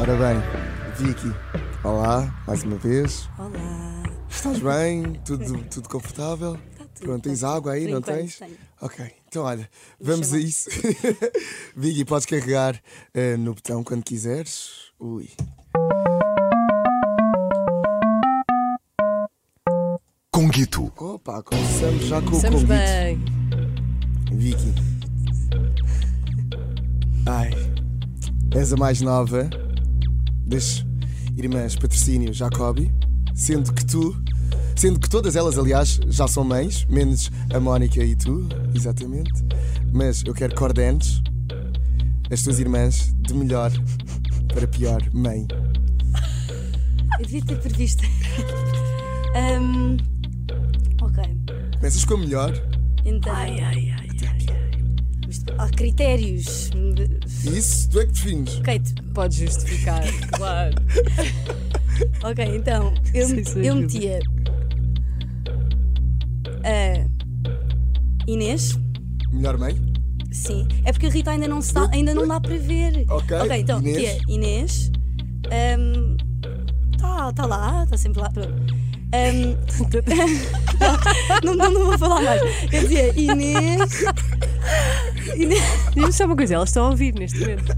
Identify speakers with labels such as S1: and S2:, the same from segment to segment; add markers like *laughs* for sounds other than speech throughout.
S1: Ora bem, Vicky, olá mais uma vez.
S2: Olá. Tá
S1: Estás bem? Tudo, tudo confortável?
S2: tudo
S1: Pronto, tens
S2: bem.
S1: água aí,
S2: Por
S1: não
S2: enquanto
S1: tens?
S2: tenho.
S1: Ok, então olha, vamos a
S2: chamar.
S1: isso. *laughs* Vicky, podes carregar eh, no botão quando quiseres. Ui.
S3: Conguito.
S1: Opa, começamos já com
S2: Estamos
S1: o convite.
S2: bem.
S1: Vicky. Ai. És a mais nova das irmãs Patrocínio Jacobi, sendo que tu, sendo que todas elas, aliás, já são mães, menos a Mónica e tu, exatamente. Mas eu quero que ordenes as tuas irmãs de melhor *laughs* para pior mãe.
S2: Eu devia ter *laughs* previsto. Hum, ok.
S1: Começas com a melhor
S2: Então. Ai, ai, ai. Há critérios.
S1: e isso tu é que defines.
S2: Ok, tu- *laughs*
S4: Pode justificar, claro.
S2: ok, então. Eu,
S4: Sem ser
S2: eu
S4: ajuda.
S2: metia. A ah, Inês.
S1: Melhor mãe?
S2: Sim. É porque a Rita ainda não, se dá, ainda não dá para ver.
S1: Ok,
S2: então,
S1: Inês.
S2: que é Inês. Está tá lá, está sempre lá. Pronto. Hum, *laughs* não, não, não vou falar mais. Eu dizia Inês. Inês.
S4: Diz-me só uma coisa, elas estão a ouvir neste momento.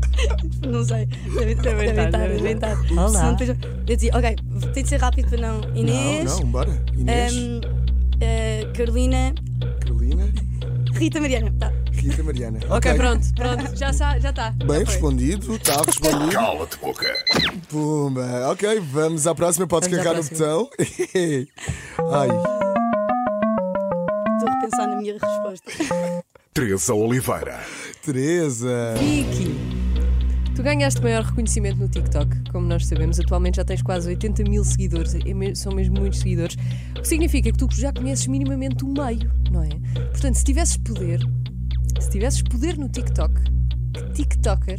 S2: Não sei. Deve, deve
S4: estar,
S2: estar,
S4: deve
S2: deve estar.
S5: Olá.
S2: Se não esteja- Eu dizia, ok, tem de ser rápido para não. Inês.
S1: Não, não, bora. Inês,
S2: hum, eh, Carolina.
S1: Carolina,
S2: Rita Mariana. Tá.
S1: Rita Mariana.
S4: Ok, pronto, pronto, já está. Já tá.
S1: Bem respondido, está
S2: *laughs*
S1: respondido.
S3: Cala-te boca.
S1: Pumba, ok, vamos à próxima. Podes
S4: Vamos à
S1: carregar no botão. *laughs* Ai,
S2: Estou a repensar na minha resposta.
S3: Teresa Oliveira.
S1: Teresa.
S4: Vicky, tu ganhaste maior reconhecimento no TikTok, como nós sabemos. Atualmente já tens quase 80 mil seguidores, é me- são mesmo muitos seguidores. O que significa que tu já conheces minimamente o meio, não é? Portanto, se tivesses poder, se tivesses poder no TikTok, que TikToker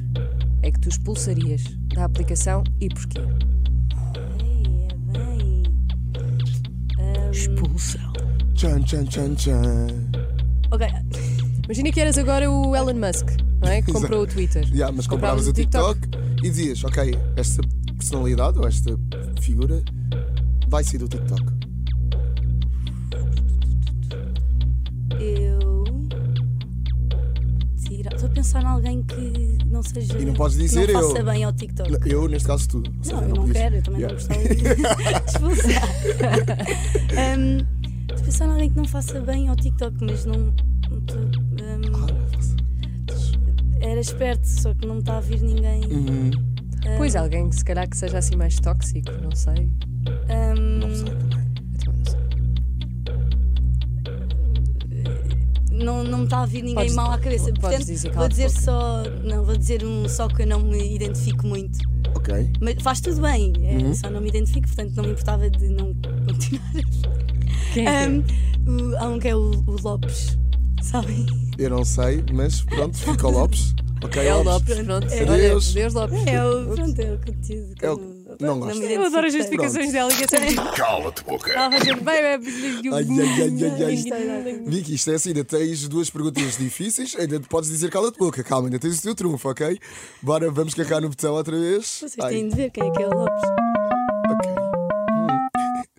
S4: é que tu expulsarias da aplicação e porquê?
S2: Ei, é bem.
S5: Expulsão.
S1: Tchan, tchan, tchan, tchan.
S2: Ok,
S4: Imagina que eras agora o Elon Musk, não é? Que comprou o Twitter.
S1: Yeah, mas
S4: Compravas
S2: um
S1: compravas o TikTok, e dizias, ok, esta personalidade ou esta figura vai sair do TikTok.
S2: eu. Tira. Estou a pensar em alguém que não seja.
S1: E não podes dizer
S2: que não faça
S1: eu.
S2: bem ao TikTok.
S1: N- Eu, neste caso, tu. Ou seja,
S2: Não, eu não
S1: podias-
S2: quero, eu também
S1: Yeah.
S2: não gostava
S1: *laughs*
S2: de expulsar. Hum, Estou a pensar em alguém que não faça bem ao TikTok, mas não. não tô, hum,
S1: Ah, não faço.
S2: era esperto, só que não me está a vir ninguém.
S1: Uhum,
S2: hum,
S4: Pois é. alguém que se calhar que seja assim mais tóxico, não sei.
S2: hum,
S1: Não sei também.
S4: Eu também não sei.
S2: não, não me está a vir ninguém
S4: Podes-
S2: mal à cabeça.
S4: podes
S2: Portanto,
S4: dizer
S2: vou
S4: cala-te
S2: dizer
S4: boca.
S2: só. Não, vou dizer um só que eu não me identifico muito.
S1: Ok.
S2: Mas faz tudo bem, é,
S1: Uhum.
S2: só não me identifico, portanto não me importava de não continuar.
S4: Quem é que é?
S2: Um, o- há um que é o, o Lopes,
S1: *laughs*
S2: sabem?
S1: Eu não sei, mas pronto, fica o Lopes. Ok,
S4: É o
S1: Lopes.
S4: Lopes, pronto.
S2: É.
S1: Adeus.
S4: Olha, Deus Lopes.
S2: É o, pronto, é o conteúdo que
S1: É o-
S2: eu não,
S1: não
S2: me
S1: gosto.
S2: identifico
S4: Eu adoro as
S2: tanto.
S4: justificações dela e é sempre tipo,
S3: Cala-te boca.
S4: ela vai dizer, vai, vai,
S1: Ai, ai, ai, ai, ai.
S2: Pronto.
S1: Vicky, isto é assim, ainda tens duas perguntas difíceis, ainda te podes dizer cala-te boca, calma, ainda tens o teu trunfo, ok? Bora, vamos carregar no botão outra vez.
S2: Vocês têm de ver quem é que é o Lopes.
S1: ok.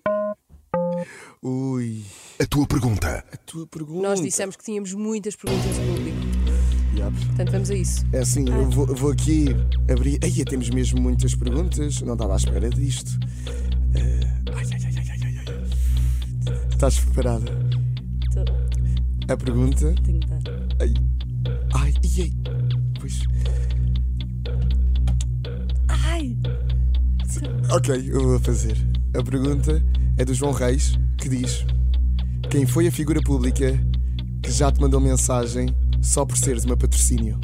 S1: Hum. Ui,
S3: A tua pergunta.
S1: a tua pergunta.
S4: Nós dissemos que tínhamos muitas perguntas do público.
S1: Yep.
S4: Portanto, vamos a isso.
S1: É assim, eu vou, eu vou aqui abrir. Aí temos mesmo muitas perguntas, não estava à espera disto. Eh, ai, ai, ai, ai, ai, ai, ai. Estás preparada?
S2: Tô-
S1: A pergunta
S2: Tenho de dar.
S1: Ai, ai, ai, ai. Pois. Ai! Ok, eu vou fazer. A pergunta é do João Reis, que diz: Quem foi a figura pública que já te mandou mensagem só por seres uma patrocínio?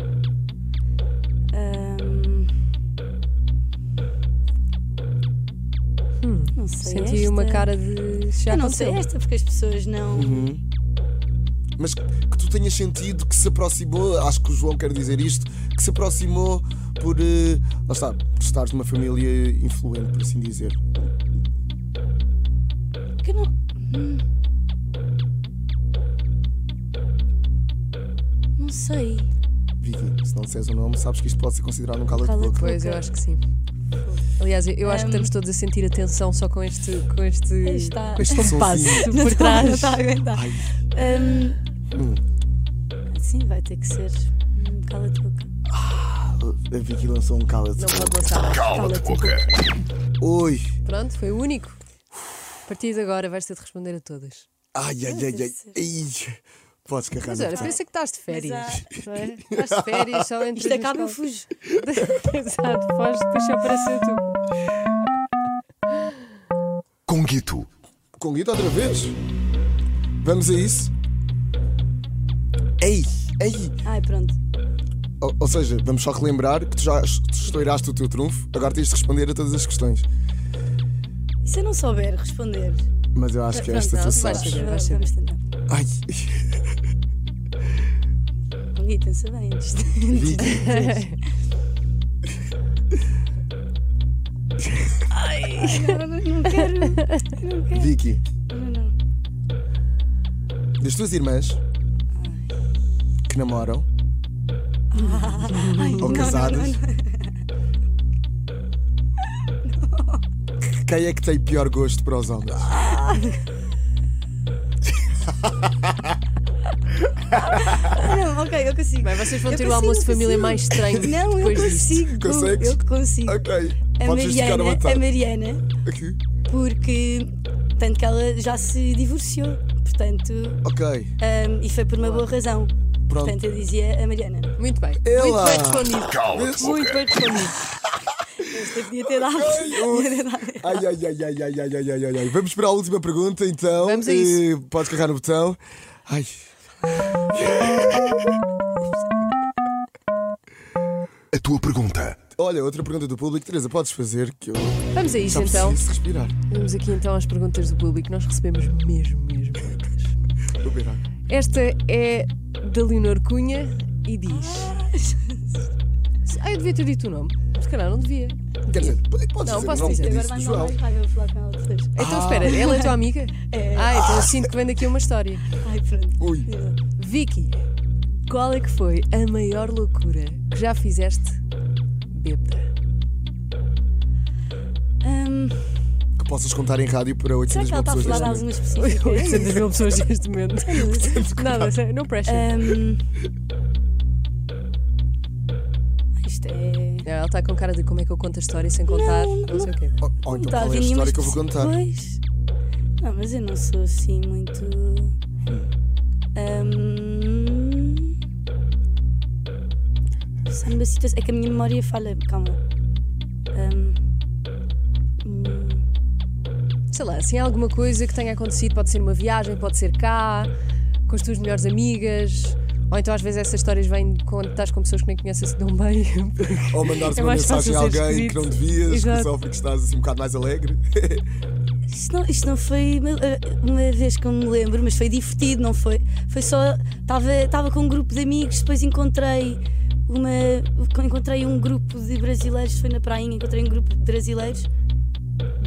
S2: Ahm.
S1: Hum.
S2: Não sei.
S4: Senti
S2: esta.
S4: uma cara de. isso Já
S2: Eu não sei
S4: aconteceu.
S2: esta porque as pessoas não.
S1: Uhum. Mas que que tu tenhas sentido que se aproximou, acho que o João quer dizer isto, que se aproximou por. eh, lá está, por estares numa família influente, por assim dizer.
S2: Que eu não. Hum. Não sei.
S1: Vicky, se não disseres o nome, sabes que isto pode ser considerado um cala de
S2: Cala-te
S1: boca.
S4: Pois, eu acho que sim. Aliás, eu eu acho que estamos todos a sentir a tensão só com este. Com este...
S2: Aí está.
S1: Este sonzinho.
S2: Não
S4: por
S2: estou-
S4: trás. Então,
S2: Não está a aguentar.
S1: Ai,
S2: Ahm,
S1: hum,
S2: sim, vai ter que ser. Hum, Cala-te boca.
S1: a Vicky lançou um cala de
S4: Não
S1: boca.
S4: pode lançar.
S3: Cala-te, boca.
S1: Oi!
S4: Pronto, foi o único. A partir de agora vais ter de responder a todas.
S1: Ai, ai, ai, ai. ai. Podes carregar.
S4: é Mas
S1: no
S4: olha,
S1: botão.
S4: pensa que estás de férias. é?
S2: Mas, *laughs* ah, vai.
S4: Estás de férias, só entre
S2: Isto acaba, eu fujo.
S4: *laughs* Exato, foge, depois só apareceu tu.
S3: Conguito.
S1: Com guita outra vez? Vamos a isso? Ei! Ei!
S2: Ai, pronto.
S1: Ou, ou seja, vamos só relembrar que tu já es- estouraste o teu trunfo, agora tens de responder a todas as questões.
S2: E se eu não souber responder?
S1: Mas eu acho que
S2: Pronto,
S1: esta
S2: não,
S1: tu
S2: vai
S1: sabes.
S4: saber,
S2: saber,
S4: vais
S2: Vamos tentar.
S1: Ai!
S2: Conguitem-se bem antes de. antes *laughs*
S1: Vicky!
S2: de- Não, não, não quero. Não quero.
S1: Vicky!
S2: Não, não.
S1: Das tuas irmãs que namoram
S2: Ai,
S1: ou
S2: não,
S1: casadas,
S2: não, não, não.
S1: quem é que tem pior gosto para os homens?
S2: Ah, Não, ok, eu consigo.
S4: Bem, vocês vão
S2: Eu
S4: ter o
S2: consigo,
S4: almoço de família
S2: consigo.
S4: mais estranho.
S2: Não, eu
S4: depois disso.
S2: consigo.
S1: Consegues?
S2: Eu consigo.
S1: Ok,
S2: A
S1: podes justificar
S2: Mariana,
S1: o
S2: a
S1: ataque.
S2: Mariana,
S1: Aqui.
S2: porque tanto que ela já se divorciou, portanto,
S1: Ok,
S2: hum, e foi por uma boa razão.
S1: Pronto.
S2: Portanto, eu dizia a Mariana.
S4: Muito bem. Muito
S1: Ela!
S4: bem respondido.
S3: Cala-te,
S4: Muito bem
S3: boca.
S4: respondido.
S2: Esta podia ter dado.
S1: ui.
S2: *laughs* Podia ter dado.
S1: Ai, ai, ai, ai, ai, ai, ai, ai, ai, ai. Vamos para a última pergunta, então.
S4: Vamos a
S1: Eh,
S4: isso.
S1: Podes carregar no botão. Ai.
S3: A tua pergunta.
S1: Olha, outra pergunta do público. Teresa, podes fazer que eu
S4: Vamos a
S1: já
S4: isso
S1: preciso
S4: então.
S1: respirar.
S4: Vamos aqui então às perguntas do público. Nós recebemos mesmo, mesmo muitas.
S1: Vou beber água.
S4: Esta é da Leonor Cunha e diz. Ah, eu devia ter dito o nome. Se calhar não devia.
S1: Quer dizer, pode- podes
S4: Não,
S1: dizer,
S4: posso
S1: não
S4: dizer.
S1: disse
S2: Agora vai
S1: do
S2: me
S1: João.
S2: dar raiva, eu vou falar com ela depois.
S4: Então espera, ela é tua amiga?
S2: Ah. É.
S4: Ah, então eu sinto que vem daqui uma história.
S2: Ai, pronto.
S1: Ui.
S4: Vicky, qual é que foi a maior loucura que já fizeste bêbada?
S2: Hum,
S1: Que possas contar em rádio para
S2: será
S1: 800
S2: que ela
S1: mil
S2: está a
S1: pessoas.
S2: falar de
S1: neste
S2: alguma
S4: Oi,
S1: é
S2: específica? É
S4: 800 mil pessoas neste momento. É Ah. Nada, sério, no pressure.
S2: Hum. Isto é.
S4: Ela está com cara de como é que eu conto a história sem contar, não, sei o quê.
S1: momento. Ou, ou então
S2: Tá,
S1: qual é a
S2: vinha,
S1: história
S2: mas
S1: que eu vou contar?
S2: Pois. Não, mas eu não sou assim muito. Hum. Só numa situação. É que a minha memória falha. Calma. Hum. Hum.
S4: Sei lá, assim, alguma coisa que tenha acontecido, pode ser uma viagem, pode ser cá, com as tuas melhores amigas. Ou então às vezes essas histórias vêm quando estás com pessoas que nem conheces tão bem.
S1: Ou mandares
S4: É
S1: uma
S4: mais fácil
S1: mensagem a alguém
S4: ser
S1: que
S4: esquisito.
S1: não devias, que
S4: Exato.
S1: só porque estás assim um bocado mais alegre. *laughs*
S2: Isto não, isto não foi uma, eh, uma vez que eu me lembro, mas foi divertido, não foi? Foi só. Estava com um grupo de amigos, depois encontrei uma. Encontrei um grupo de brasileiros, foi na prainha, encontrei um grupo de brasileiros,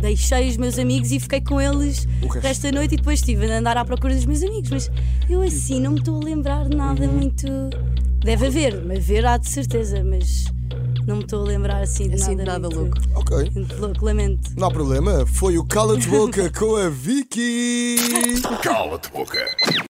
S2: deixei os meus amigos e fiquei com eles
S1: O
S2: o
S1: resto.
S2: resto da noite e depois estive a andar à procura dos meus amigos, mas eu assim não me estou a lembrar de nada muito. Deve haver, mas haver há de certeza, mas não me estou a lembrar assim de
S4: Assim,
S2: nada. muito-
S4: nada louco.
S1: ok.
S2: muito louco, lamento.
S1: Não há problema. Foi o Cala-te Boca com a Vicky.
S3: Cala-te, boca.